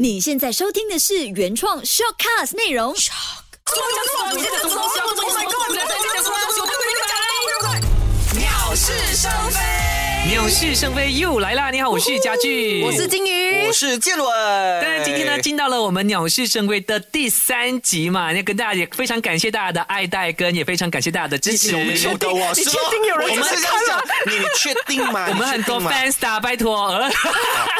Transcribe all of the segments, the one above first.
你现在收听的是原创 shortcast 内容。我讲什么？你在讲什么东西啊？我从来跟我们俩在讲什么东西？我根本没有讲啊！鸟是生非，鸟是生非又来啦！你好，我是家具，我是。金鱼我。是建伦。哎但哎今天呢，进到了我们《鸟是生非》的第三集嘛，那跟大家也非常感谢大家的爱戴，跟也非常感谢大家的支持。我们有的我是确定有人我们在是这样讲，你确定吗？啊 我们很多你确定吗 fans 的，拜托。呃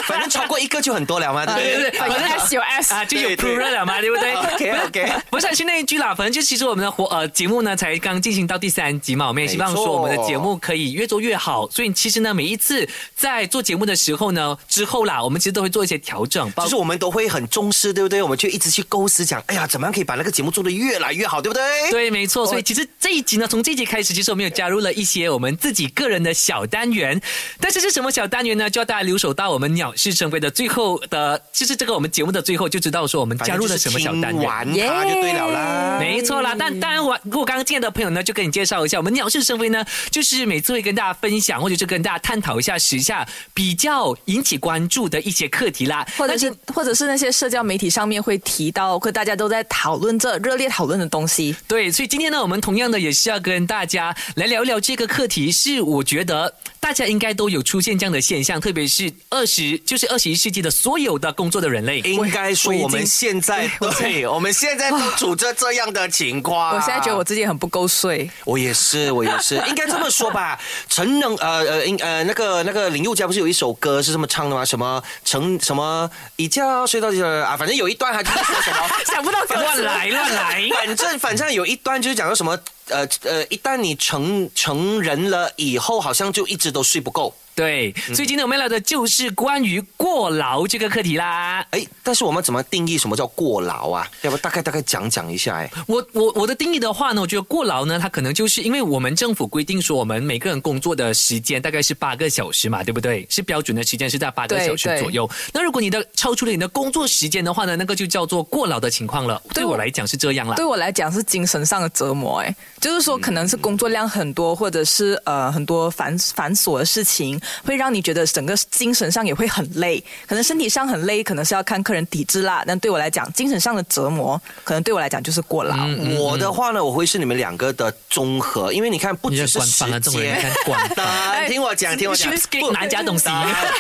反正超过一个就很多了嘛，对不对对？对对，反哎正 S 有 S 啊，就有对 plural 了嘛，对不对 OK，OK 不是不是是那一句啦，反正就其实我们的活呃节目呢才刚进行到第三集嘛，我们也希望没错说我们的节目可以越做越好，所以其实呢每一次在做节目的时候呢之后啦，我们其实都会做一些调整，包就是我们都会很重视，对不对？我们就一直去构思，讲，哎呀，怎么样可以把那个节目做得越来越好，对不对？。 对，没错。所以其实这一集呢，从这一集开始，其实我们有加入了一些我们自己个人的小单元。但是是什么小单元呢？就要大家留守到我们鸟事成规的最后的，就是这个我们节目的最后，就知道说我们加入了什么小单元。完它就对了啦。没错啦，嗯但当然我如果刚刚见到的朋友呢，就跟你介绍一下，我们鸟事生非呢，就是每次会跟大家分享，或者是跟大家探讨一下时下比较引起关注的一些课题啦，或者是或者是那些社交媒体上面会提到，和大家都在讨论这热烈讨论的东西。对，所以今天呢，我们同样的也是要跟大家来聊一聊这个课题，是我觉得大家应该都有出现这样的现象，特别是二十，就是二十一世纪的所有的工作的人类。哎应该说我们现在，对，我们现在都处着这样的情况。我现在觉得我自己很不够睡，。我也 是，我也是，应该这么说吧。成人呃呃应呃那个那个林宥嘉不是有一首歌是这么唱的吗？什么成什么一觉睡到几点啊？反正有一段他就是说什 么想不到可乱来乱来！ 反正反正有一段就是讲到什么，呃呃，一旦你成成人了以后，好像就一直都睡不够。对，嗯所以今天我们要聊的就是关于过劳这个课题啦。哎，但是我们怎么定义什么叫过劳啊？要不大概大概讲讲一下？哎，我我我的定义的话呢，我觉得过劳呢，它可能就是因为我们政府规定说，我们每个人工作的时间大概是八个小时嘛，对不对？是标准的时间是在八个对小时对左右。那如果你的超出了你的工作时间的话呢，那个就叫做过劳的情况了。对我我来讲是这样啦对。我来讲是精神上的折磨，哎，就是说可能是工作量很多，或者是呃很多繁繁琐的事情，会让你觉得整个精神上也会很累，可能身体上很累，可能是要看个人体质啦。但对我来讲，精神上的折磨，可能对我来讲就是过劳。嗯我的话呢，我会是你们两个的综合，因为你看不你只是是官时方啊，这种人间 看。官方。等听 我讲，听我讲是不是，给不拿家东西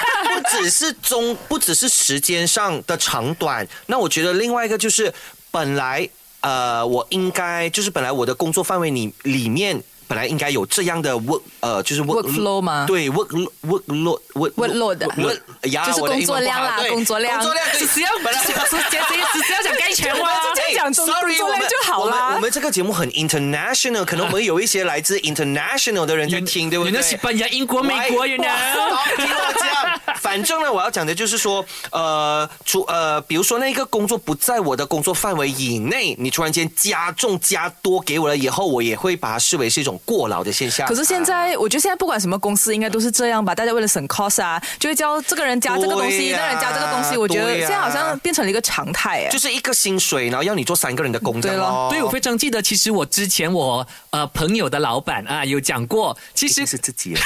不只是中，不只是时间上的长短。那我觉得另外一个就是，本来呃，我应该就是本来我的工作范围里里面。本来应该有这样的 work，呃，就是 work Workflow 吗对，work work load work Workload 啊 work 呀，就是我的工作英文不好量啦对工作量工作量对只是要本来只只只只只要想盖全 我哇们。就这样讲中中 Sorry，中我来们就好我们啦我。们这个节目很 international，可能我们有一些来自 international 的人在听，对不对？有那西班牙、英国、美国人呢？ 好听我讲，反正呢，我要讲的就是说，呃，除呃，比如说那个工作不在我的工作范围以内，你突然间加重加多给我了以后，我也会把它视为是一种过劳的现象。可是现啊。在，我觉得现在不管什么公司，应该都是这样吧？大家为了省 cost 啊，就会教这个人加这个东西，对呀那、人加这个东西。我觉得对呀现在好像变成了一个常态哎。就是一个薪水，然后要你做三个人的工作对咯咯。对，我非常记得，其实我之前我呃朋友的老板啊有讲过，其实一定是 自己。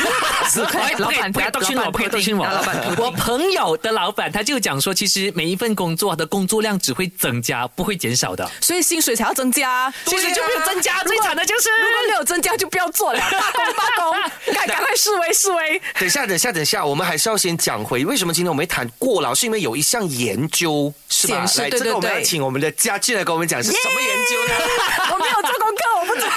哎老板不要老板动心老我，板不要固动定心我。啊老板固我朋友的老板他就讲说，其实每一份工作的工作量只会增加，不会减少的。所以薪水才要增加，其实 就没有增加， 最惨的就是如果没有增加就不要做了，罢工罢工，赶赶快示威示威。等一下，等一下，等一下，我们还是要先讲回为什么今天我们谈过劳，是因为有一项研究是吧显？示来，对这个我对们对要请我们的家具来跟我们讲是什么研 究呢？我没有做功课，我不知道，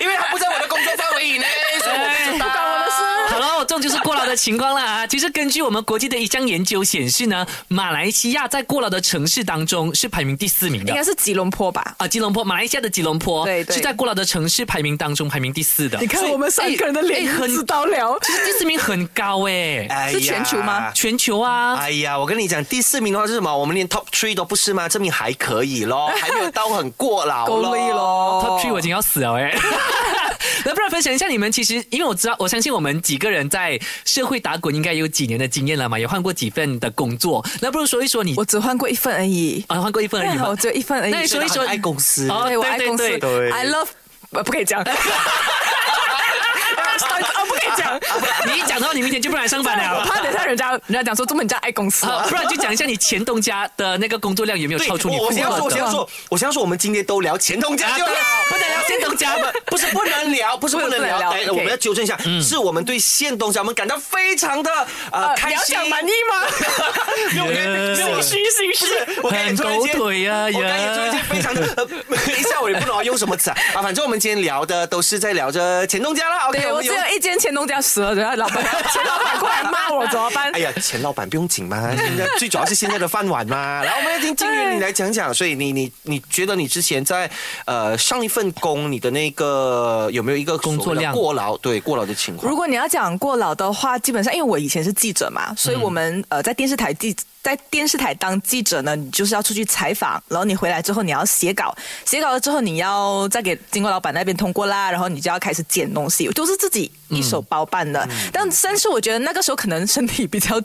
因为它 不在我的工作范围以内，所以我不知道。不关我的事。哎好了，这种就是过劳的情况了啊！其实根据我们国际的一项研究显示呢，马来西亚在过劳的城市当中是排名第四名应该的。是吉隆坡吧？啊，吉隆坡，马来西亚的吉隆坡对对是在过劳的城市排名当中排名第四的。你看我们三个人的脸哎哎很知道了，其实第四名很高哎、哎呀是全球吗全球啊，哎呀，我跟你讲，第四名的话是什么？我们连 top three 都不是吗？证明还可以咯，还没有到很过劳咯。够力咯 Top three 我已经要死了哎、 那不然分享一下你们，其实因为我知道，我相信我们几个人在社会打滚应该有几年的经验了嘛，也换过几份的工作。那不如说一说你我，只换过一份而已，啊，换过一份而已对啊嘛我。只有一份而已。那你说一说真的很爱公司。哦对，我爱公司对对对，I love，呃不可以讲。啊，不可以讲， 你一讲的话，你明天就不来上班我了。怕等一下人家人家讲说这么你家爱公司好，啊，不然就讲一下你前东家的那个工作量有没有对超出你我我负想要说，荷我想要的？说，我想要说，我们今天都聊前东家啊就好，不能聊前东家不不是不能聊，不是不不能能聊，聊哎 OK 我们要纠正一下，是我们对现东家我们感到非常的呃呃开心聊，奖满意吗？有点心虚心不虚。是，我跟你很突然狗间，腿啊我跟你呀突然间非常的，呃 一下我也不知道用什么词啊。啊反正我们今天聊的都是在聊着钱东家啦。OK，对我们只有有一间前东家死了，然后老板前老板过来骂我怎么办哎？呀，钱老板不用紧嘛，现在最主要是现在的饭碗 嘛。然后我们要听金鱼你来讲讲，所以你你你觉得你之前在呃上一份工，你的那个有没有一个工作所谓的量过劳？对过劳的情况如。果你要讲过劳的话，基本上因为我以前是记者嘛，所以我们、呃在电视台嗯记在电视台当记者呢，你就是要出去采访，然后你回来之后你要写稿，写稿了之后你要再给经过老板那边通过啦，然后你就要开始剪东西，都是自己一手包办的。嗯但但是我觉得那个时候可能身体比较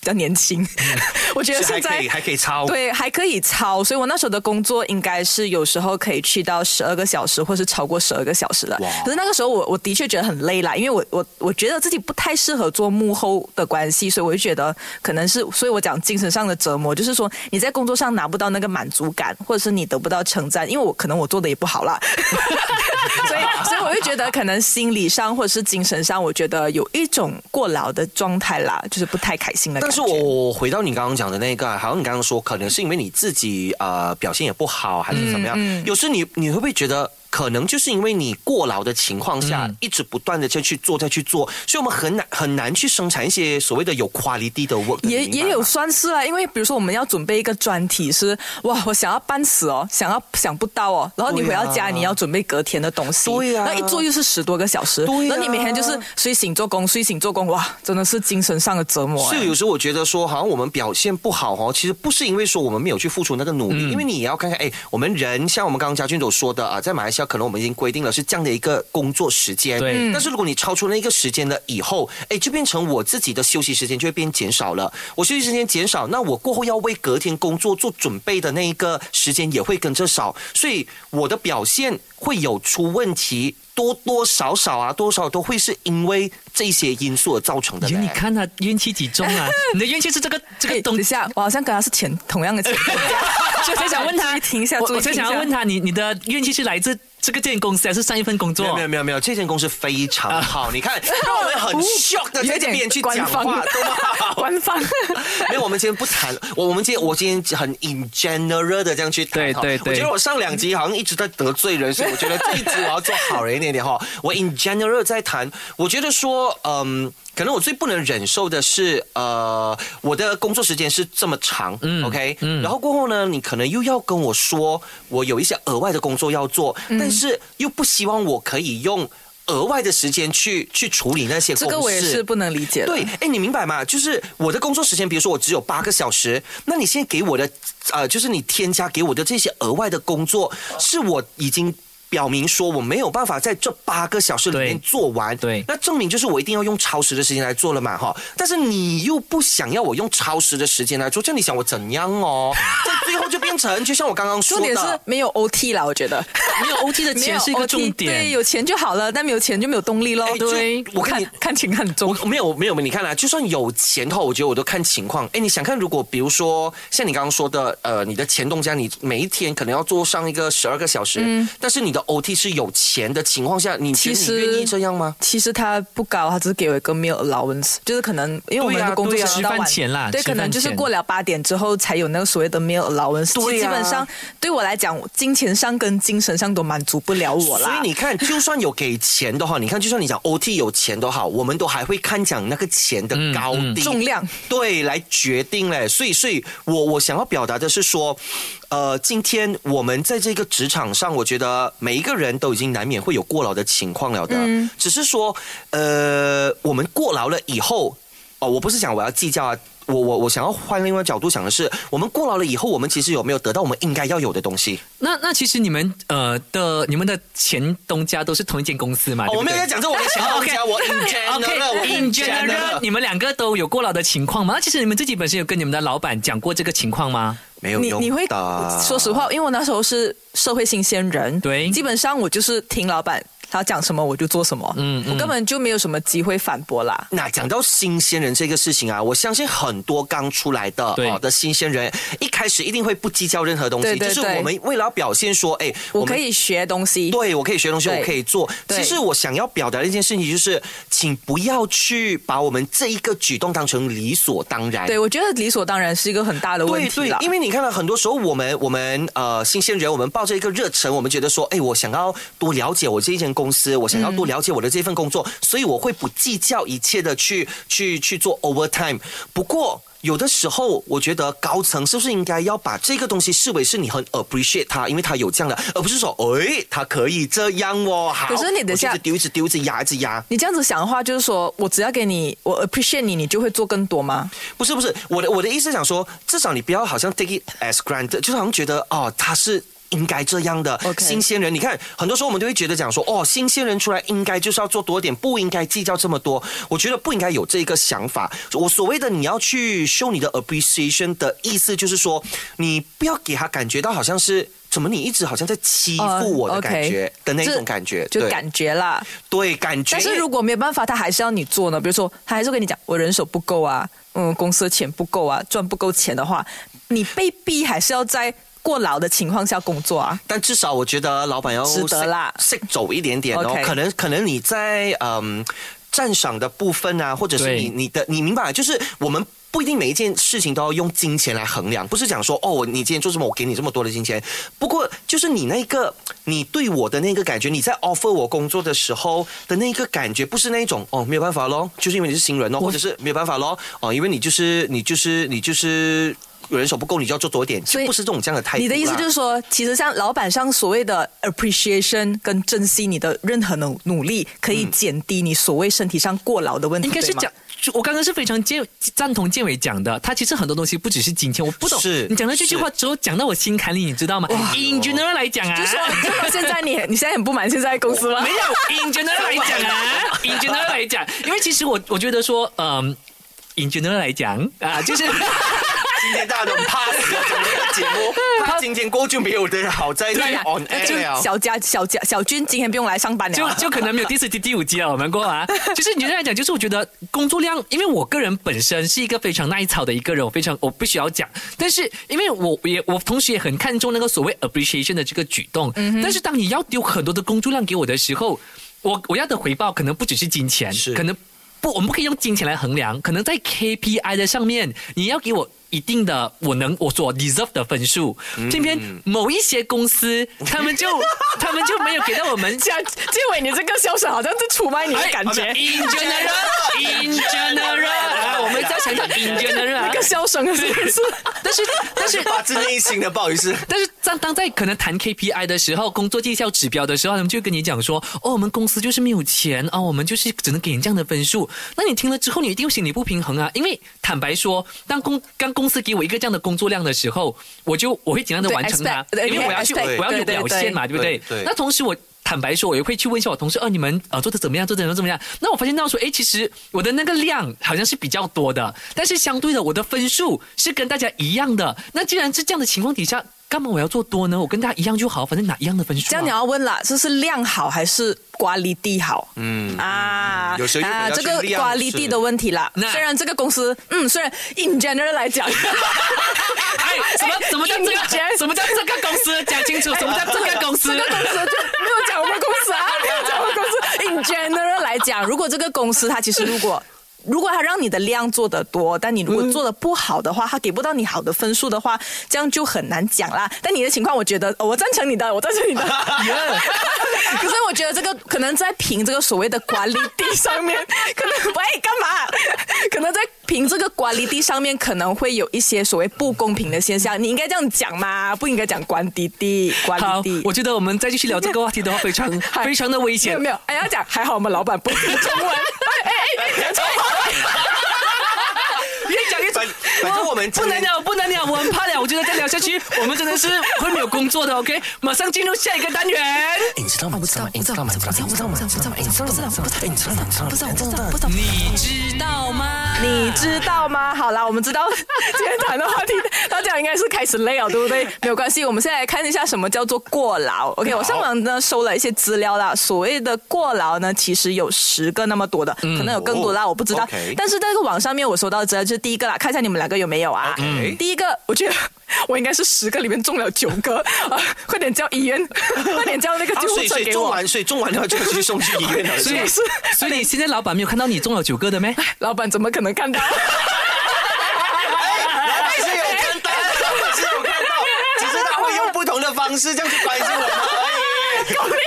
比较年轻，嗯 我觉得是还现可在以，还可以抄。对，还可以超，所以我那时候的工作应该是有时候可以去到十二个小时，或是超过十二个小时的哇。可是那个时候我我的确觉得很累啦，因为我我我觉得自己不太适合做幕后的关系，所以我就觉得可能是，所以我讲精神上的折磨，就是说你在工作上拿不到那个满足感，或者是你得不到称赞，因为我可能我做的也不好啦， 所以所以我就觉得可能心理上或者是精神上，我觉得有一种过劳的状态啦，就是不太开心的感但觉。是我我回到你刚刚讲的那个，好像你刚刚说，可能是因为你自己呃表现也不好，还是怎么样？嗯有时你你会不会觉得，可能就是因为你过劳的情况下，嗯一直不断的再去做，再去做，所以我们很难很难去生产一些所谓的有 quality 的 work 的。也你明白也有吗算是啦，因为比如说我们要准备一个专题是哇，我想要半死哦，想要想不到哦，然后你对回啊到家、你要准备隔天的东西，对啊然后一做又是十多个小时，对啊然后你每天就是睡醒做工，睡醒做工，哇，真的是精神上的折磨、是哎有时候我觉得说，好像我们表现不好哦，其实不是因为说我们没有去付出那个努嗯力，因为你也要看看，哎，我们人像我们刚刚家俊所说的啊，在马来西亚可能我们已经规定了是这样的一个工作时间，对嗯但是如果你超出那个时间了以后，哎，就变成我自己的休息时间就会变减少了。我休息时间减少，那我过后要为隔天工作做准备的那一个时间也会跟着少，所以我的表现会有出问题。多多少少啊，多少都会是因为这些因素而造成的嘞。爷，你看他怨气几重啊？你的怨气是这个这哎个东等一下，我好像跟他是前同样的 前，所以才想问他，停一下，我注意我听才一想下要问他，你你的怨气是来自这个电公司，还是上一份工作？没有没有没有，这间公司非常好，你看，让我们很 shock 的有在这点边去官讲方话，多么好。官方。 没有，我们今天不谈，我我们今天我今天很 in general 的这样去谈对哈。对对我觉得我上两集好像一直在得罪人，所以我觉得这一集我要做好人一点点哈。我 in general 在谈，我觉得说，嗯。可能我最不能忍受的是，呃，我的工作时间是这么长、o 嗯 k 然后过后呢，你可能又要跟我说，我有一些额外的工作要做，嗯但是又不希望我可以用额外的时间去去处理那些公这事。个我也是不能理解的。对，哎，你明白吗？就是我的工作时间，比如说我只有八个小时，那你现在给我的，呃，就是你添加给我的这些额外的工作，是我已经。表明说我没有办法在这八个小时里面对做完，对那证明就是我一定要用超时的时间来做了嘛，哈。但是你又不想要我用超时的时间来做，这样你想我怎样 哦？这最后就变成就像我刚刚说重的，点是没有 OT 啦，我觉得没有 OT 的没有钱是一个 OT 重对，点。有钱就好了，但没有钱就没有动力喽哎。就对，我看你看情很重我。没有没有没有，你看啦、啊就算有钱的话，我觉得我都看情况。哎，你想看，如果比如说像你刚刚说的，呃，你的前东家，你每一天可能要做上一个十二个小时，但是你的 OT 是有钱的情况下，你觉嗯其得你实愿意这样吗？其实他不高，他只是给我一个 meal allowance，就是可能因为我们对啊的工作对啊时间到吃晚，饭前啦对，吃饭可能就是过了八点之后才有那个所谓的 meal allowance。对啊基本上对我来讲，金钱上跟精神上都满足不了我所啦。以你看，就算有给钱的话，你看，就算你讲 OT 有钱都好，我们都还会看讲那个钱的高低、嗯重量对来决定嘞。所以，所以我我想要表达的是说，呃，今天我们在这个职场上，我觉得每一个人都已经难免会有过劳的情况了的，嗯只是说，呃，我们过劳了以后，哦，我不是讲我要计较啊。我我我想要换另外角度想的是，我们过劳了以后，我们其实有没有得到我们应该要有的东西？那那其实你们呃的你们的前东家都是同一间公司嘛？哦，啊对我不没对哦有在讲这我的 前东家，我 in general，我 OK，in general，你们两个都有过劳的情况吗？那其实你们自己本身有跟你们的老板讲过这个情况吗？没有你用你会的说实，话，因为我那时候是社会新鲜人，对基本上我就是听老板他讲什么我就做什么，嗯，我根本就没有什么机会反驳啦。那讲到新鲜人这个事情啊，我相信很多刚出来的哦对的新鲜人，一开始一定会不计较任何东西，对对就是对我们为了要表现说，哎，我们可以学东西，对，我可以学东西，对我可以做。对其实我想要表达的一件事情就是，请不要去把我们这一个举动当成理所当然。对，我觉得理所当然是一个很大的问对题对啦，。因为你看到很多时候我们我们呃新鲜人，我们抱着一个热忱，我们觉得说，哎，我想要多了解我这一间公司，我想要多了解我的这份工作，所以我会不计较一切的去去去做 overtime。不过。有的时候，我觉得高层是不是应该要把这个东西视为是你很 appreciate 它，因为它有这样的，而不是说，哎，它可以这样哦，好，可是你等我下一直丢，一直丢，一直压，一直压。你这样子想的话，就是说我只要给你，我 appreciate 你，你就会做更多吗？不是不是，我的我的意思想说，至少你不要好像 take it as granted，就是好像觉得哦，他是。应该这样的 OK 新鲜人，你看，很多时候我们都会觉得讲说，哦，新鲜人出来应该就是要做多点，不应该计较这么多。我觉得不应该有这个想法。我所谓的你要去 show 你的 appreciation 的意思，就是说，你不要给他感觉到好像是怎么你一直好像在欺哦负我的感 OK 觉的那这种感觉，就对感觉啦。对感觉。但是如果没有办法，他还是要你做呢。比如说，他还是跟你讲，我人手不够啊，嗯，公司的钱不够啊，赚不够钱的话，你被逼还是要在过劳的情况下工作啊。但至少我觉得老板要值得啦识识走一点点哦。 OK 可能可能你在嗯赞赏的部分啊，或者是对你你的你明白，就是我们。不一定每一件事情都要用金钱来衡量，不是讲说哦，我你今天做什么，我给你这么多的金钱。不过就是你那个，你对我的那个感觉，你在 offer 我工作的时候的那个感觉，不是那一种哦，没有办法咯，就是因为你是新人哦，或者是没有办法咯，哦，因为你就是你就是你就是人手不够，你就要做多一点，所以就不是这种这样的态度啦。你的意思就是说，其实像老板上所谓的 appreciation 跟珍惜你的任何努努力，可嗯以减低你所谓身体上过劳的问题，应该是对吗讲，就我刚刚是非常建赞同建伟讲的，他其实很多东西不只是金钱，我不懂。是你讲了这句话之后，讲到我心坎里，你知道吗？In general 来讲啊，就说就说现在你你现在很不满现在公司吗没？有 in general 来讲 啊，in general 来讲，因为其实我我觉得说，嗯，in general 来讲啊，就是。今天大家都很怕死了，整个节 目，他今天过后就没有人好在对在呀 on，air 哦啊就了。小家小家小军今天不用来上班了。就就可能没有第四季、第五季了，我们过啊。就是你这样讲，就是我觉得工作量，因为我个人本身是一个非常耐操的一个人，我非常我必须要讲。但是因为我也我同时也很看重那个所谓 appreciation 的这个举动，但是当你要丢很多的工作量给我的时候，我我要的回报可能不只是金钱，是可能不，我们不可以用金钱来衡量，可能在 KPI 的上面，你要给我。一定的，我能我所 deserve 的分数，偏偏某一些公司，他们就他们就没有给到我们这样建伟，你这个笑声好像是出卖你哎的感觉。 In general，in general，啊，我们再想想 in general 啊那。个笑声是不 是？但是但是发自内心的，不好意思。但是，当当在可能谈 KPI 的时候，工作绩效指标的时候，他们就会跟你讲说，哦，我们公司就是没有钱啊、我们就是只能给你这样的分数。那你听了之后，你一定会心里不平衡啊，因为坦白说，当公当公司给我一个这样的工作量的时候，我就我会尽量的对完成它 expect，，对因为我要去 expect，我要有对对表现嘛，对不对对？对那同时我。坦白说，我也会去问一下我同事，呃，你们呃做的怎么样？做的怎么样？那我发现到说，诶，其实我的那个量好像是比较多的，但是相对的，我的分数是跟大家一样的。那既然是这样的情况底下，干嘛我要做多呢？我跟大家一样就好，反正拿一样的分数、啊。这样你要问啦，这是量好还是瓜离地好？嗯啊有时候就比较这是个量瓜离地是的问题啦那。虽然这个公司，嗯，虽然 in general 来讲， 哎，什么什么叫这哎你觉个？得什么叫这个公司？讲清楚，什么叫这个公司？公司就没有讲我们公司啊，没有讲我们公司。In general 来讲，如果这个公司它其实如果如果它让你的量做得多，但你如果做的不好的话，它给不到你好的分数的话，这样就很难讲啦。但你的情况，我觉得、哦我赞成你的，我赞成你 的。可是我觉得这个可能在评这个所谓的管理地上面，可能喂干嘛？可能在评这个管理地上面，可能会有一些所谓不公平的现象。你应该这样讲嘛，不应该讲管理地，管好理地。，我觉得我们再继续聊这个话题的话，非常嗨非常的危没险有。没有，哎，要讲还好我们老板不会中文，哎哎哎，讲错话了越讲越反反正我们今不能天了，不能了，我很怕了，我觉得再聊下去，我们真的是会没有工作的。OK，马上进入下一个单元。我不知道，我不知道，我不知道，我不知道，我不知道，我不知道，我不知道，我不知道，我不知道，不知道，你知道吗？你知道吗？好啦，我们知道今天谈的话题，大家应该是开始累了，对不对？没有关系，我们现在来看一下什么叫做过劳。OK，我上网呢搜了一些资料啦，所谓的过劳呢，其实有十个那么多的，可能有更多啦，哦我不知道。 OK 但是在这个网上面我搜到的资料就是第一个啦，看一下你们两个有没有啊 OK 第一个，我觉得我应该是十个里面中了九个， 啊、快点叫医院， 快点叫那个啊，救所护以车所以给种我。完，所以种完的话就去送去医院了。所以，所以你现在老板没有看到你中了九个的咩？老板怎么可能看到？啊还哎是哎有看到，还是有看到，只是他会用不同的方式这样去关心我们而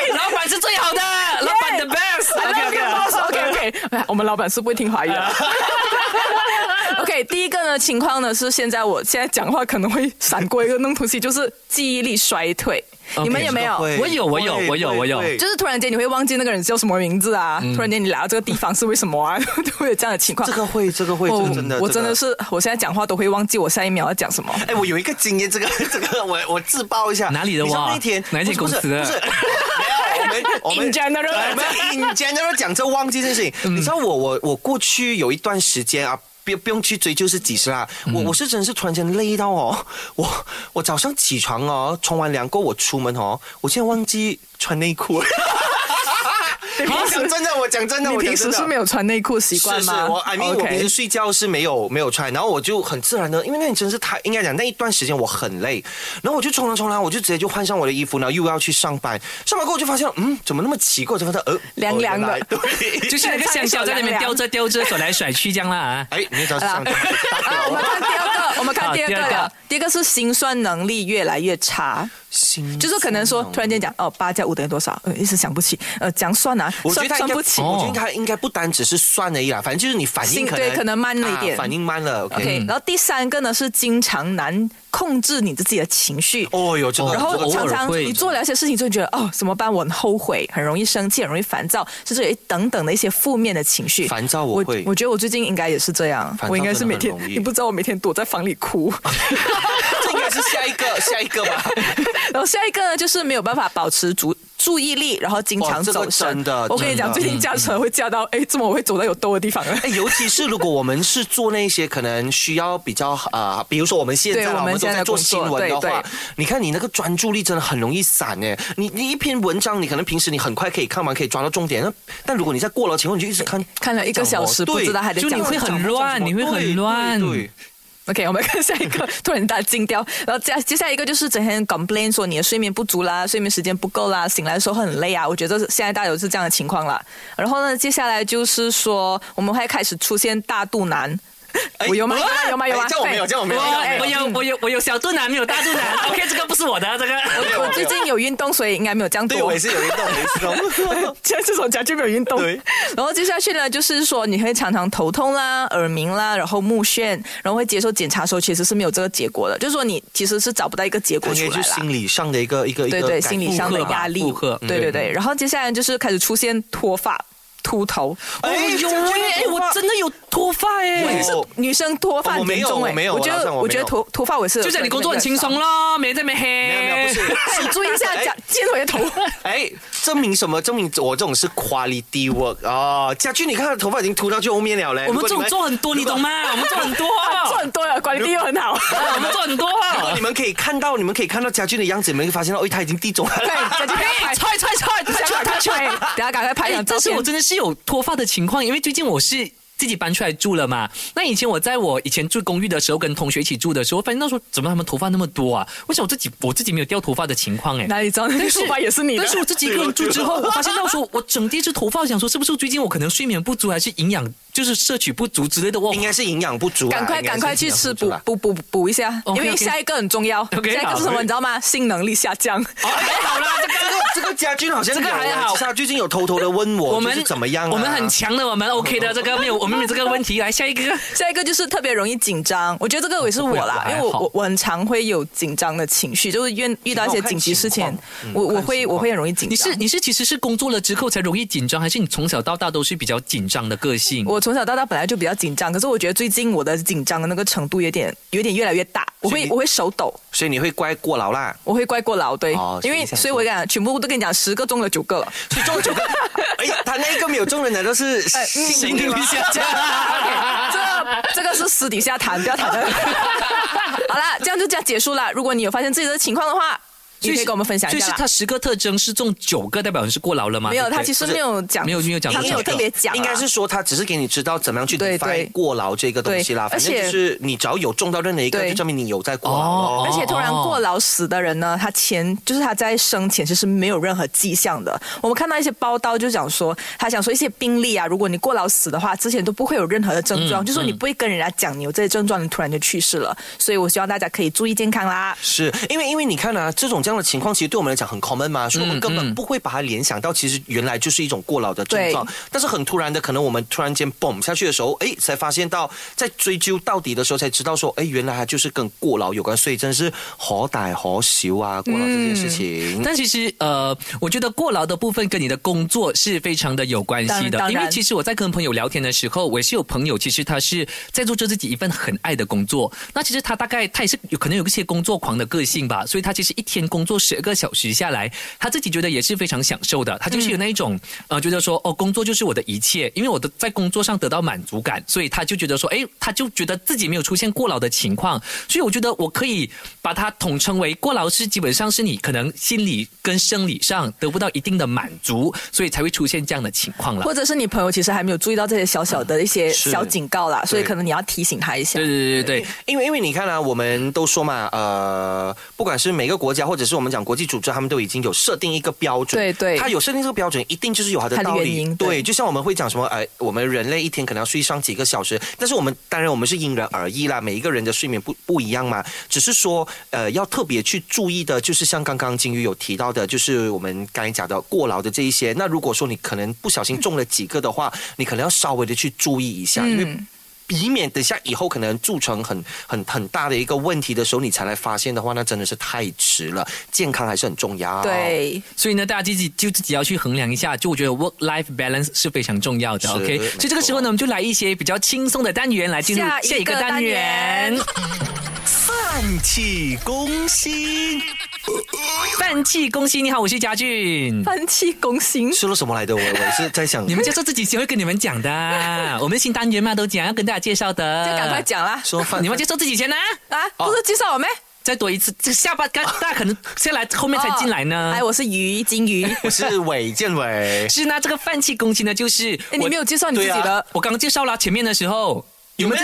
已。 老板是最好的，老板 the best。 OK OK，OK，好 OK OK，我哎们老板是不会听华语的。OK，第一 个呢情况呢是现在我现在讲话可能会闪过一个弄东西，就是记忆力衰退。 OK，你们 有没有？会我有我有会我有会我有会就是突然间你会忘记那个人叫什么名字啊？嗯突然间你来到这个地方是为什么啊？ 都会有这样的情况。这个会，这个会，这我个真的，哦我这个真的。是，我现在讲话都会忘记我下一秒要讲 什么。哎，我有一个经验，这个 这个我我自曝一下，哪里的你知道哇那天哪一间不是公司的不是，不是 没有我们我们 In general 我们 in general 讲这忘记这件事嗯情，你知道我我我过去有一段时间啊。不不用去追究是几时啦，嗯我我是真是突然间累到哦， 我我早上起床哦，冲完凉过我出门哦，我竟然忘记穿内 裤了。我讲真的，我讲真的，你我平讲真时的是没有穿内裤习惯是是吗？，我 I mean 我 OK 平时睡觉是没有没有穿，然后我就很自然的，因为那你真是太应该讲那一段时间我很累，然后我就冲凉冲凉，我就直接就换上我的衣服，然后又要去上班，上班过后就发现嗯怎么那么奇怪，我就发现呃凉凉的哦原来 对，就是那个香蕉在那边叼着叼着，甩来甩去这样啦啊。 哎，你找好上啦好，啊我们看第二个，我们看第二个好第二了个。第一个是心算能力越来越差，就是可能说突然间讲哦，八加五等于多少？呃，一时想不起，呃，讲算啊，我觉算得他算应该哦不起。我觉得他应该不单只是算而已啦，反正就是你反应心可能对可能慢了一点啊反应慢了。OK，嗯 OK，然后第三个呢是经常难控制你自己的情绪。哦哟，这个然后这个偶常尔常会你做了一些事情，就会觉得哦，怎么办？我很后悔，很容易生气，很容易烦躁，甚至有一等等的一些负面的情绪。烦躁我会我觉得我最近应该也是这样烦，躁我应该是每真天的很，容易 你不知道我每天躲在房里 哭。这应该是下一个下一个 吧。然后下一个呢，就是没有办法保持注注意力，然后经常哦这个走神。真的我跟你讲，真的嗯最近驾车会驾到，哎，怎么我会走到有兜的地方啊呢？哎，尤其是如果我们是做那些可能需要比较呃，比如说我们现在对啦我我们们都现在在做工新作闻的对话对，你看你那个专注力真的很容易散哎。你你一篇文章，你可能平时你很快可以看完，可以抓到重点，那但如果你在过了情况，你就一直看。看了一个小时，对不知道还在就讲什么。你会很什乱，么你会对很乱。对对 OK，我们看下一 个，突然大惊掉。然后接接下来一个就是整天 complain 说你的睡眠不足啦，睡眠时间不够啦，醒来的时候很累啊。我觉得现在大家有是这样的情况啦。然后呢，接下来就是说我们会开始出现大肚腩。哎我有吗？有吗？有吗？有吗？哎这样我没有，哎这样我没有。啊我我有我有我有小肚腩，没有大肚腩。OK，这个不是我的，这个我最近有运动，所以应该没有这样多。对，我也是有一动，我也是 动现在这种家就没有运动。对然后接下去呢，就是说你会常常头痛啦、耳鸣啦，然后目眩，然后会接受检查的时候其实是没有这个结果的，就是说你其实是找不到一个结他果出应来该就啦。心理上的一个一个一对个对，感心理触上的负荷吧压力负荷，嗯对对对。然后接下来就是开始出现脱发、秃头，哎有这哎这哎，我真的有脱发我哎也。是女生脱发我没严有重哎，我没有我觉我老得实讲我我觉没得有脱脱发我也是，就像你工作很轻松。咯，没在那边没有没有，不黑。是。哎，注意一下，哎讲尖回头。哎，证明什么？证明我这种是 quality work 哦。家俊，你看他头发已经秃到去后面了嘞。我们如果这你种做很多，你懂吗？我 们做很多，哎做很多了，管理力又很好。我们做很多。如果你们可以看到，你们可以看到家俊的样子，你们会发现到，哎，他已经地中海对了。，再去 哎，拍，踹踹踹，等踹踹踹踹。下赶快拍哎张，照但是片我。真的是有脱发的情况，因为最近我是。自己搬出来住了嘛？那以前我在我以前住公寓的时候，跟同学一起住的时候，发现那时候怎么他们头发那么多啊？为什么我自己我自己没有掉头发的情况哎、哪里知道那个说法也是你的但？是我自 己一个人住之后，我发现到时候我整地是头发，我想说是不是最近我可能睡眠不足，还是营养就是摄取不足之类的？我应该是营养不足啦。啊赶快应该赶是快去营养吃不足补啦补补补一下，因 OK，OK 为下一个很重要。 OK，下一个是什好么？你知道吗？性能力下 降。还哦哎好啦，这个这个这个家俊好像这个有啊还好其实他最近有偷偷的问 我，我们就是怎么样啊？我们很强的，我们 OK 的，这个没有 我们没有这个问题。来下一个，下一个就是特别容易紧张，我觉得这个也是我啦，我因还为我好我我很常会有紧张的情绪，就是遇遇到一些紧急事情看情况，嗯我我看会情况我会很容易紧你张是。你是其实是工作了之后才容易紧张，还是你从小到大都是比较紧张的个性？我从小到大本来就比较紧张，可是我觉得最近我的紧张的那个程度有点有点越来越大，我所以会你我会手抖，所以你会乖过 劳啦。我会怪过劳，对，哦因为所以想所以我讲全部都跟你讲十个中了九个了，所以中了九个，哎，他那一个没有中的难道是哎嗯心理下 降？这这个是私底下谈，不要谈的。 好啦，这样就这样结束了。如果你有发现自己的情况的话，你可以跟我们分享一所以下是啦。他十个特征是中九个，代表你是过劳了吗？没有，对不对他其实没有讲，没有没有讲他到没这有个特别讲啊，应该是说他只是给你知道怎么样去对 define 对过劳这个东西啦。对反正而就且是你只要有中到任何一个，对就证明你有在过劳哦咯。而且突然过劳死的人呢，他前就是他在生前其实没有任何迹象的。我们看到一些报道就讲说，他讲说一些病例啊，如果你过劳死的话，之前都不会有任何的症嗯状，就说你不会跟人家讲你有这些症状，你突然就去世了。所以我希望大家可以注意健康啦。是因为因为你看啊，这种这样的情况其实对我们来讲很 common 嘛，所以我嗯们根本不会把它联想到，其实原来就是一种过劳的症状对。但是很突然的，可能我们突然间蹦下去的时候，哎，才发现到在追究到底的时候才知道说，哎，原来它就是跟过劳有关，所以真是可大可小啊，过劳这件事嗯情。但其实呃，我觉得过劳的部分跟你的工作是非常的有关系当当的，然因为其实我在跟朋友聊天的时候，我也是有朋友，其实他是在做着自己一份很爱的工作。那其实他大概他也是有可能有一些工作狂的个性吧，所以他其实一天工作十二个小时下来，他自己觉得也是非常享受的。他就是有那一种、呃，觉得说哦，工作就是我的一切，因为我的在工作上得到满足感，所以他就觉得说，哎，他就觉得自己没有出现过劳的情况。所以我觉得我可以把它统称为过劳是基本上是你可能心理跟生理上得不到一定的满足，所以才会出现这样的情况了或。者是你朋友其实还没有注意到这些小小的一些是小警告啦，所以对可能你要提醒他一下对。对对对对，因为因为你看啊，我们都说嘛，呃，不管是每个国家，或者是我们讲国际组织，他们都已经有设定一个标准。对对它有设定这个标准，一定就是有它的它的道理。原因对对就像我们会讲什么，哎、我们人类一天可能要睡上几个小时，但是我们当然我们是因人而异啦，每一个人的睡眠不不一样嘛。只是说，呃，要特别去注意的，就是像刚刚金鱼有提到的，就是我们刚才讲的过劳的这一些。那如果说你可能不小心中了几个的话，你可能要稍微的去注意一嗯下，因为以免等下以后可能铸成很很很大的一个问题的时候，你才来发现的话，那真的是太迟了。健康还是很重要。，对，所以呢，大家自己就自己要去衡量一下，就我觉得 work life balance 是非常重要的。是 OK，没错所以这个时候呢，我们就来一些比较轻松的单元来进入下一个下一个单单元元。饭气攻心饭气攻心，你好，我是 嘉俊。翻气攻心。吃了什么来的？我我是在想你们就说自己先会跟你们讲的， 我们新单元嘛都讲要跟大家介绍的，就赶快讲啦！说饭你们就说自己先呢、啊，哦不是介绍我咩？再多一次，这下巴刚大家可能先来后面才进来呢。哦 哎，我是鱼金 。鱼。哎我是韦 建伟是呢，这个饭气攻心呢，就是哎，你没有介绍你自己对的我啊刚刚介绍了前面的时候，有没有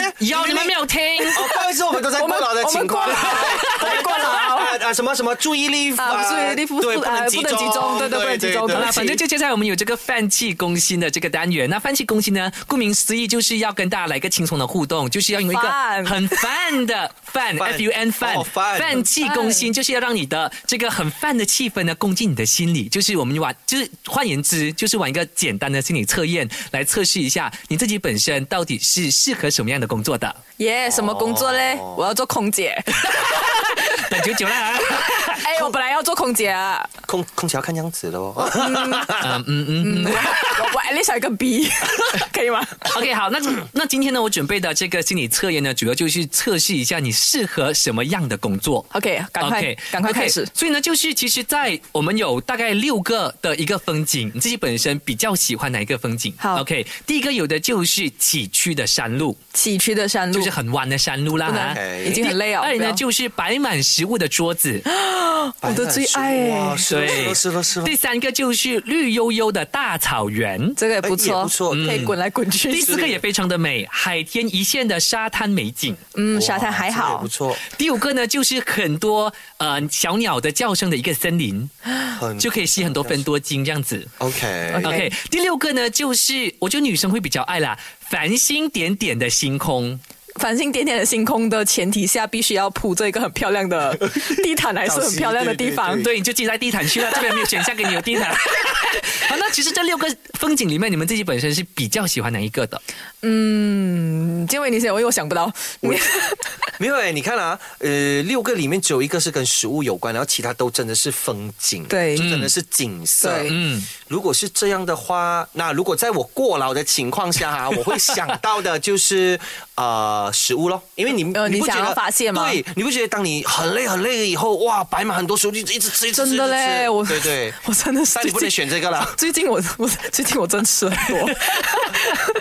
你们没有听？哦，不好意思，我们都在过劳的情况，我们过劳 啊啊，什么什么注意力啊注意力不对不不能啊集不能集中，中对对不能集中对好对了，不起反正就现在我们有这个饭气攻心的这个单元。那饭气攻心呢，顾名思义就是要跟大家来一个轻松的互动，就是要用一个饭很饭的饭 饭，F U N 饭哦饭饭气攻心，就是要让你的这个很饭的气氛呢攻进你的心里。就是我们玩，就是换言之，就是玩一个简单的心理测验，来测试一下你自己本身到底是适合什么样的工作的。耶什么工作嘞？哦我要做空 姐。等久久了 啊。哎，我本来要做空姐啊。空空调看样子喽。 嗯嗯嗯，嗯。我我 at least 有一个 B，可 以吗？ OK，好，那那今天呢，我准备的这个心理测验呢，主要就是测试一下你适合什么样的工作。 OK，赶快 OK，赶快 OK，开始所以呢，就是其实，在我们有大概六个的一个风景，你自己本身比较喜欢哪一个风景？好，OK，第一个有的就是崎岖的山路，崎岖的山路，就是很弯的山路啦。不能啊 OK 已经很累了。哦二不呢要就是摆满食物的桌子，我的最爱哇哎，是了是了是了第，三个就是绿油油的大草原，这个也哎不错，也不错可以滚来滚嗯第去。四个也非常的美，海天一线的沙滩美景。嗯，沙滩哇还这个也好不。错，第五个呢，就是很多呃小鸟的叫声的一个森林，很就可以吸很多芬多精这样子。 OK。 OK OK，第六个呢，就是我觉得女生会比较爱啦，繁星点点的星空。繁星点点的星空的前提下，必须要铺这一个很漂亮的 地毯，还是很漂亮的地造方型。啊 对，你就记在地毯去了，这边没有选项给你有地毯。好，那其实这六个风景里面，你们自己本身是比较喜欢哪一个的？嗯，建伟你先，我又想不到。没有哎、你看啊，呃，六个里面只有一个是跟食物有关，然后其他都真的是风景，对就真的是景色。对嗯，如果是这样的话，那如果在我过劳的情况下哈、我会想到的就是呃食物咯，因为你、 呃你你不觉想要得发泄吗对，你不觉得当你很累很累以后，哇，摆满很多食物就一直吃，一直吃，真的一直嘞，吃我 对对，我真的是但你不能选这个了， 最近我我最近我真吃很 多，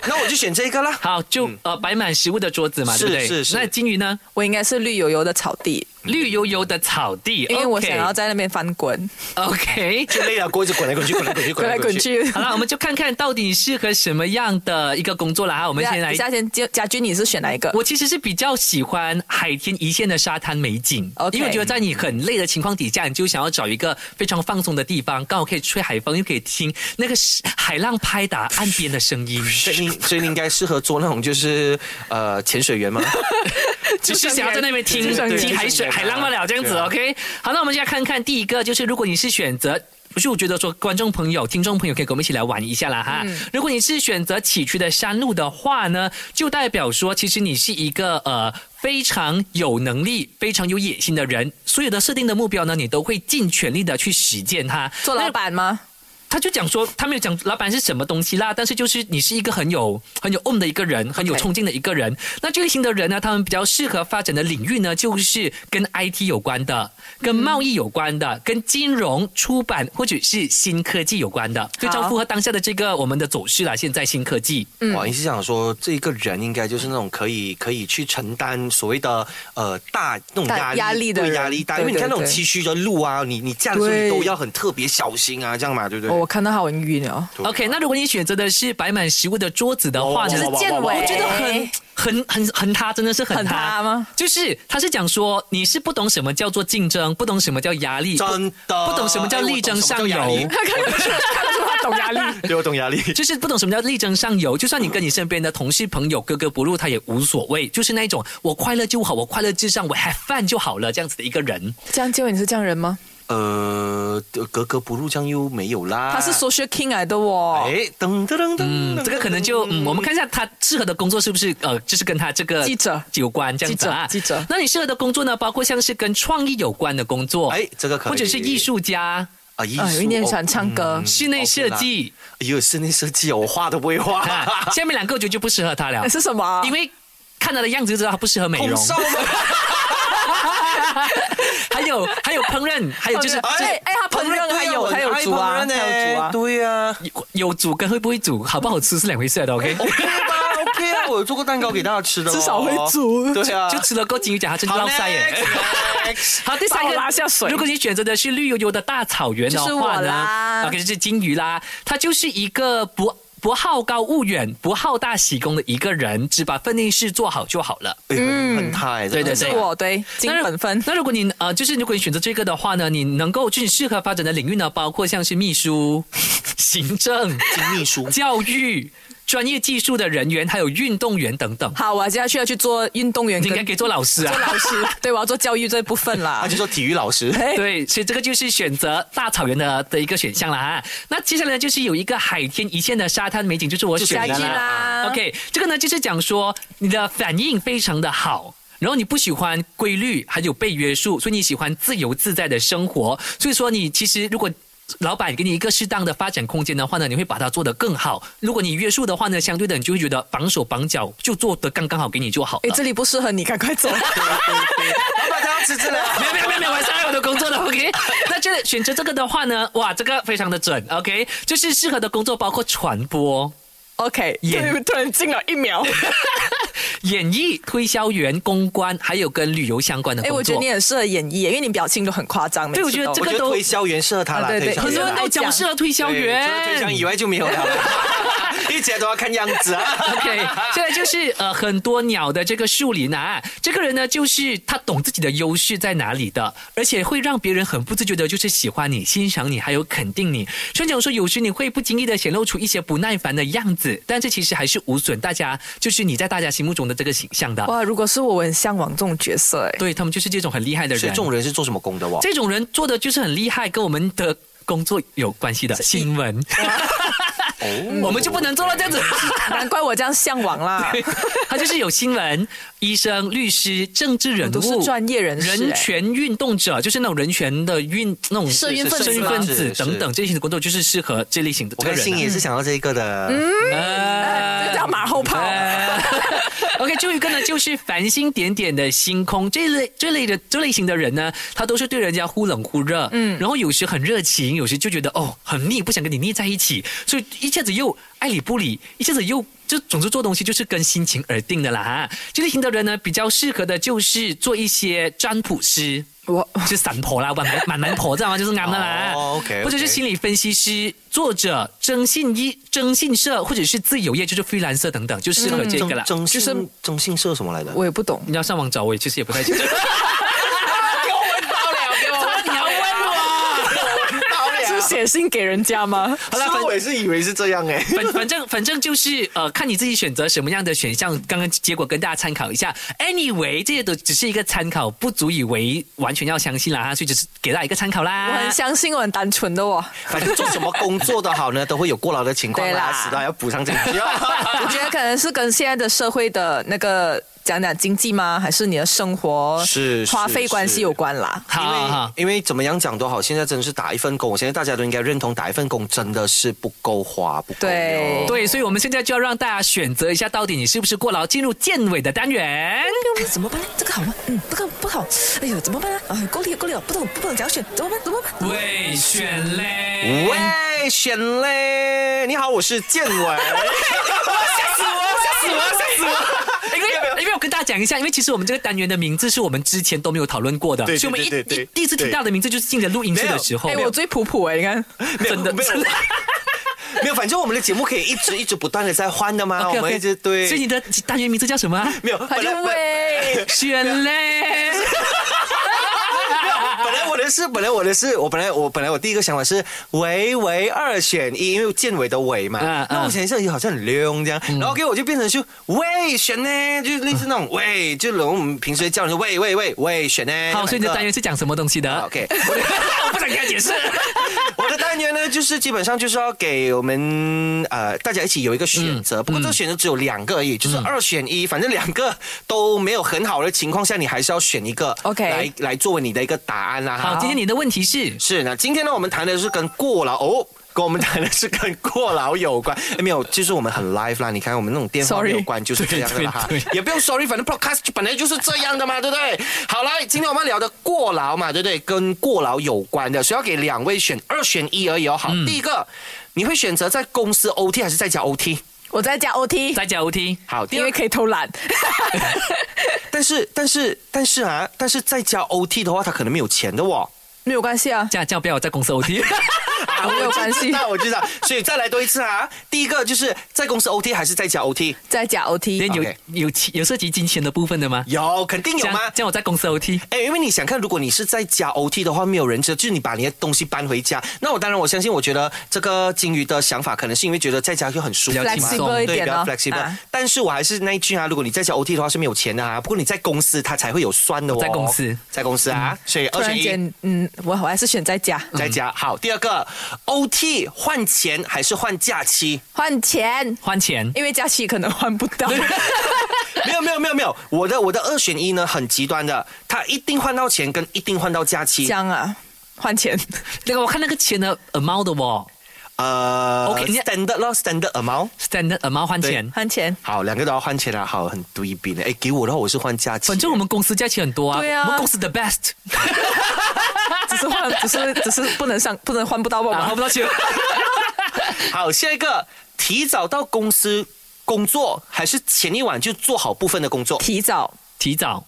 那我就选这个啦。好，就、嗯呃摆满食物的桌子嘛，是对不对？是是那金鱼呢？我应该是绿油油的草地，绿油油的草地，因为我想要在那边翻滚， OK。OK 就累了，锅子啊滚来滚去，滚来滚 去，滚来滚。去。好了，我们就看看到底适合什么样的一个工作了哈。我们先来夏，夏天家家军你是选哪一个？我其实是比较喜欢海天一线的沙滩美景 OK 因为我觉得在你很累的情况底下，你就想要找一个非常放松的地方，刚好可以吹海风，又可以听那个海浪拍打岸边的声音。所以你，所以你应该适合做那种就是呃潜水员吗？ 只是想要在那边听就像听原海水、就像原海浪罢了，这样子对啊 OK。好，那我们现在看看第一个，就是如果你是选择。不是，我觉得说观众朋友、听众朋友可以跟我们一起来玩一下啦哈。如果你是选择崎岖的山路的话呢，就代表说其实你是一个呃非常有能力、非常有野心的人。所有的设定的目标呢，你都会尽全力的去实践它。做老那板吗？他就讲说，他没有讲老板是什么东西啦，但是就是你是一个很有很有 on 的一个人，很有 OK 冲劲的一个人。那这类型的人呢，他们比较适合发展的领域呢，就是跟 IT 有关的，跟嗯贸易有关的，跟金融、出版或者是新科技有关的，非常符合当下的这个我们的走势啦。现在新科技，哇，你是想说这个人应该就是那种可以可以去承担所谓的呃大那种大压压力力的对人压力大，对因为你看那对对种崎岖的路啊，你你驾的时候你对都要很特别小心啊，这样嘛，对不对？哦我看到他很晕哦。对 OK，那如果你选择的是摆满食物的桌子的话，哇呢哇哇哇建哇哇伟，哇我觉得很很很很他，真的是很很他他吗？就是他是讲说你是不懂什么叫做竞争，不懂什么叫压力，真的不懂什么叫力争上游哎我懂什么 叫压力他看得出看得出他懂压力。 对，我懂压力。就是不懂什么叫力争上游。就算你跟你身边的同事朋友格格不入，他也无所谓，就是那一种我快乐就好，我快乐至上，我 have fun 就好了这样子的一个人。这样，建伟你是这样人吗？呃，格格不入，这样又没有啦。他是 social king 来的哦，哎，噔噔噔噔，嗯，这个可能就嗯，我们看一下他适合的工作是不是呃，就是跟他这个记者有关这样子啊。记者记者那你适合的工作呢，包括像是跟创意有关的工作，哎，这个可以或者是艺术哎嗯家、啊，艺啊，术，有点哦喜欢唱歌。室内设计。哎呦，室内设计哦，我画都不 会画，啊，下面两个我觉得就不适合他了哎，是什么？因为看他的样子就知道他不适合美啊空容。少啊吗？ 还有还有烹饪，还有就是哎哎，他烹饪还有还有煮啊，还有煮啊。哎对呀有有煮跟会不会煮、好不好吃是两回事来的，OK？ ，OK 吧，OK 啊，我有做过蛋糕给大家吃的哦，至少会煮对啊，就吃了够金鱼奖，他真的好落塞耶。 next，next 好，第三把我个拉下水如果你选择的是绿油油的大草原的就是我话呢啦，OK，就是金鱼啦，他就是一个不不好高骛远、不好大喜功的一个人，只把分内事做好就好了。哎很很太，对对对真的是我嗯对金那如本分。那如果你呃，就是如果你选择这个的话呢，你能够就是适合发展的领域呢，包括像是秘书、 行政、金秘 书。教育、专业技术的人员，还有运动员等等。好，我接下去要去做运动员你应该啊跟给做老师啊 做。老师，对我要做教育这部分啦啊他。就说体育老师，哎对，所以这个就是选择大草原的的一个选项了哈。那接下来呢，就是有一个海天一线的沙滩美景，就是我选下的去啦 OK，这个呢就是讲说你的反应非常的好。然后你不喜欢规律，还有被约束，所以你喜欢自由自在的生活。所以说你其实如果老板给你一个适当的发展空间的话呢，你会把它做得更好。如果你约束的话呢，相对的你就会觉得绑手绑脚，就做得刚刚好给你就好了。哎，这里不适合你，赶快走。老板他要辞职了。 没有没有没有没有，我还是爱我的工作的。OK，那这选择这个的话呢，哇，这个非常的准。OK，就是适合的工作包括传播、 OK，演 对，突然静了一 秒。演艺、推销员、公关，还有跟旅游相关的哎，工我觉作得你。很适合演绎，因为你表情都很夸张。对每次我觉得都这我个觉得都推销员适合他了，啊对对推销很多员人都讲适合推销对除了推销员以。外就没 有了，一切都要看样子啊。 OK，现在就是呃很多鸟的这个树林啊，这个人呢就是他懂自己的优势在哪里的，而且会让别人很不自觉的就是喜欢你、欣赏你，还有肯定你。虽然讲说有时你会不经意的显露出一些不耐烦的样子，但这其实还是无损大家就是你在大家心目中的这个形象的。哇，如果是我，我很向往这种角色哎。对他们就是这种很厉害的所以人，这种人是做什么工的哇？哦这种人做的就是很厉害，跟我们的。工作有关系的新闻，嗯我们就不能做到这样子。难怪我这样向往 啦。他就是有新闻、医生、律师、政治人物，都是专业人士哎人权运动者，就是那种人权的运那种社运分子社运分是子是等等这类型的工作，就是适合这类型的我这个人跟欣啊、也是想要这一个的。呃哎这叫马后炮。呃 OK，最后一个呢，就是繁星点点的星空这类这类的这类型的人呢，他都是对人家忽冷忽热，嗯，然后有时很热情，有时就觉得哦很腻，不想跟你腻在一起，所以一下子又爱理不理，一下子又。就总之做东西就是跟心情而定的啦哈。这类型的人呢，比较适合的就是做一些占卜师，我就是散婆啦，满门满门婆，知道吗？就是俺们啦。哦，OK，OK 或者是心理分析师、作者、征信一、征信社，或者是自由业，就是 freelancer 等等，就适合这个啦。征啊就是信征信社什么来的？我也不懂，你要上网找我，其实也不太清楚。 你要问我？啊 是写信给人家吗？好了，我也是以为是这样哎、反反正反正就是呃，看你自己选择什么样的选项。刚刚结果跟大家参考一下。Anyway，这些都只是一个参考，不足以为完全要相信啦，哈所以只是给大家一个参考我啦啊很。相信我很单纯的哦我，反正做什么工作的好呢，都会有过劳的情况对啦啦，迟早要补 上这一句。我觉得可能是跟现在的社会的那个讲讲经济吗，还是你的生活是是花费关系是有关啦。好因好为好，因为怎么样讲都好，现在真的是打一份工，我相信大家都应该认同，打一份工真的是不够花，不够对用对，所以我们现在就要让大家选择一下，到底你是不是过劳，进入健委的单元。哎怎么办呢？这个好吗？嗯，这个不好。哎呦，怎么办啊呢？哎，够力够力了，不懂不懂怎样选，怎么办？怎么办？未选嘞喂，选嘞！你好，我是建 伟。死我，吓死我！ 因为因为我跟大家讲一下，因为其实我们这个单元的名字是我们之前都没有讨论过的，对对所以我们对一对一对第一次听到的名字就是进了录音室的时候哎、。我最普普哎、你看，真的 没有真的，没有，反正我们的节目可以一直一直不断的在换的嘛 OK，OK 我们一直对。所以你的单元名字叫什么啊？没有，他本来就本喂，选嘞， 本来我的是本来我的是我本来我本来我第一个想法是唯唯二选一，因为建伟的伟嘛嗯嗯。嗯那我想一下，好像很溜这样，然后给我就变成就喂选呢，就是类似那种喂，就我们平时会叫人说喂喂喂喂选呢。好，所以你的单元元是讲什么东西的啊 OK。 我不想跟他解释。我的单元呢，就是基本上就是要给我们呃大家一起有一个选嗯择，不过这个选择只有两个而已，就是二选一，反正两个都没有很好的情况下，你还是要选一个 OK 来来作为你的一个答案啊啦。好，哈，今天你的问题是是那今天呢，我们谈的是跟过劳哦。跟我们谈的是跟过劳有关，哎没有，就是我们很 live 啦。你看我们那种电话 Sorry 没有关，就是这样的啦哈对对对， 也不用 sorry，反正 podcast 本来就是这样的嘛，对不对？好来，今天我们聊的过劳嘛，对不对？跟过劳有关的，所以要给两位选二选一而已哦。好，第一个，你会选择在公司 OT 还是在家 OT？我在家 OT，在家 OT，好，第因二为个，可以偷 懒。但是但是但是啊，但是在家 OT 的话，他可能没有钱的哦。没有关系啊，家教不要在公司 OT。 啊没有关系那我知道，所以再来多一次啊。第一个就是在公司 OT 还是在家 OT？在家 OT，那有 OK 有钱有涉及金钱的部分的吗？有，肯定有吗？这样我在公司 OT。哎，因为你想看，如果你是在家 OT 的话，没有人知道，就是你把你的东西搬回家。那我当然我相信，我觉得这个金鱼的想法可能是因为觉得在家就很舒服嘛 Flexible 一对，比点较哦 flexible、啊但是我还是那一句啊，如果你在家 OT 的话是没有钱的啊，不过你在公司它才会有酸的哦。在公司，在公司啊，所以嗯突二然选一。间，嗯，我我还是选在家在家好，第二个 OT 换钱还是换假期？换钱，换钱，哎因为假期可能换不 到。没有没有没有没有，我的我的二选一呢很极端的，他一定换到钱跟一定换到假期。香啊，换钱，那个我看那个钱的 amount 的哦呃 OK，你 standard 咯，standard amount。 ，standard amount 换钱。换钱。好，两个都要换钱啊，好，很对比呢。哎，给我的话我是换假期，反正我们公司假期很多啊，对啊我们公司 the best，只是 换，只是只是不能上，不能换不到然吧后？不到钱。好，下一个提早到公司工作，还是前一晚就做好部分的工作？提早， 提早，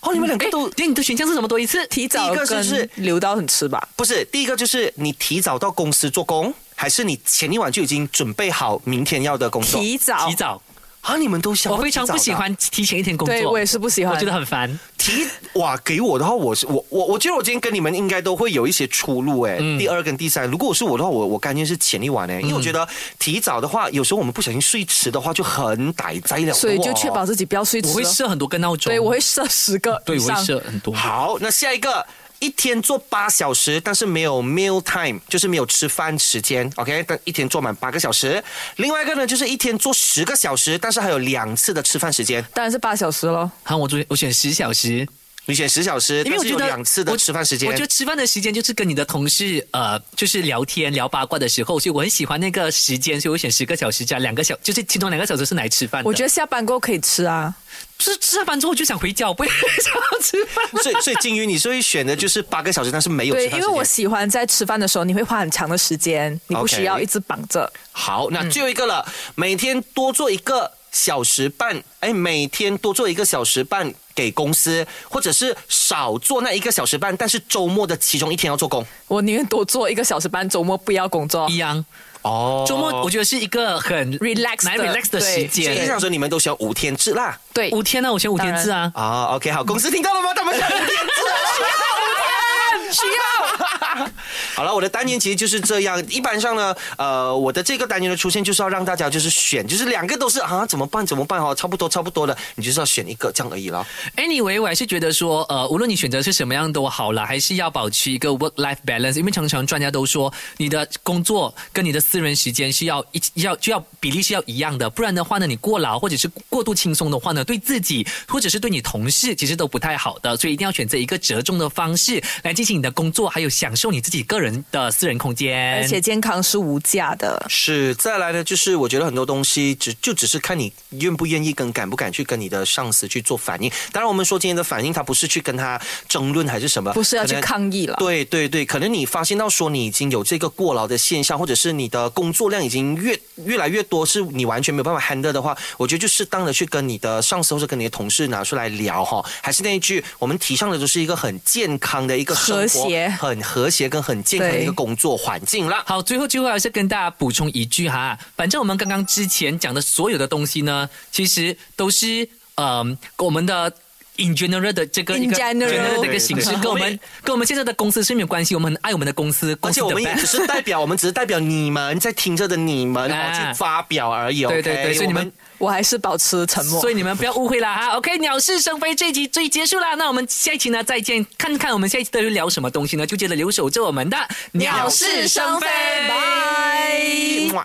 哦，你们两哎个都，对，你的选项是什么多一次？提早第一个就跟是留到很迟吧？不是第一个就是你提早到公司做工，还是你前一晚就已经准备好明天要的工作？提早，提，早，啊，你们都想我要非常提早不喜的啊欢提前一天工作，对我也是不喜欢我觉得很烦。提哇，给我的话，我是我我我觉得我今天跟你们应该都会有一些出路哎、嗯第二跟第三，如果我是我的话，我我甘愿是前一晚哎、因为我觉得提早的话，有时候我们不小心睡迟的话就很歹灾了。所以就确保哦。自己不要睡啊我迟会了。设很多个闹钟，对，我会设十个对以我上会设很多。好，那下一个一天做八小时，但是没有 meal time，就是没有吃饭时间。OK，但一天做满八个小时。另外一个呢，就是一天做十个小时，但是还有两次的吃饭时间。当然是八小时喽。好，我昨天我选十小时，你选十小时，因为我但是觉有得两次的我吃饭时间。我觉得吃饭的时间就是跟你的同事呃，就是聊天聊八卦的时候，所以我很喜欢那个时间，所以我选十个小时加两个小，就是其中两个小时是拿来吃饭的。我觉得下班过后可以吃啊，就是吃完饭之后我就想回家，我不会想要吃饭。 所以，所以金鱼，你是会选的就是八个小时，但是没有吃对，饭时因间。为我喜欢在吃饭的时候，你会花很长的时间，你不 OK 需要一直绑着。好，那最后一个了，每天多做一个小时半，哎，每天多做一个小时半给公司，或者是少做那一个小时半，但是周末的其中一天要做工。我宁愿多做一个小时班，周末不要工作一。样，哦周末我觉得是一个很 Relax 来的 relax 的时所以间。想说你们都喜欢五天制啦。对，五天呢、我选五天制啊。啊、o k 好，公司听到 了吗？他们想五天制，啊需要五天，需要。 好了，我的单元其实就是这样。一般上呢，呃，我的这个单元的出现就是要让大家就是选，就是两个都是啊，怎么办？怎么办？哦，差不多，差不多的，你就是要选一个这样而已了。 Anyway，我还是觉得说，呃，无论你选择是什么样都好啦，还是要保持一个 work life balance，因为常常专家都说，你的工作跟你的私人时间是要一起要就要比例是要一样的，不然的话呢，你过劳或者是过度轻松的话呢，对自己或者是对你同事其实都不太好的，所以一定要选择一个折中的方式来进行你的工作，还有享受你自己个人的私人空间。而且健康是无价的。是，再来呢，就是我觉得很多东西只就只是看你愿不愿意跟敢不敢去跟你的上司去做反应。当然，我们说今天的反应，他不是去跟他争论还是什么，不是要可能去抗议了对对对，可能你发现到说你已经有这个过劳的现象，或者是你的工作量已经越越来越多，是你完全没有办法 handle 的话，我觉得就适当的去跟你的上司或者跟你的同事拿出来聊哈。还是那一句，我们提倡的都是一个很健康的一个生活和谐很和谐跟很健康的一个对工作环境啦。好，最后最后还是跟大家补充一句哈，反正我们刚刚之前讲的所有的东西呢，其实都是嗯、我们的。in general 的这个 In 一个 general 的一个形式，对对对跟我们跟我们现在的公司是没有关系，我们很爱我们的公司，而公司且的我们也 best 只是代 表，我们只是代表你们在听着的你们、啊哦去发表而已。对 OK？对对，所以你们我还是保持沉默。所以你们不要误会啦哈。OK，鸟是生非这一集最结束啦，那我们下一期呢再见，看看我们下一期都会聊什么东西呢？就记得留守着我们的鸟事生非拜我们。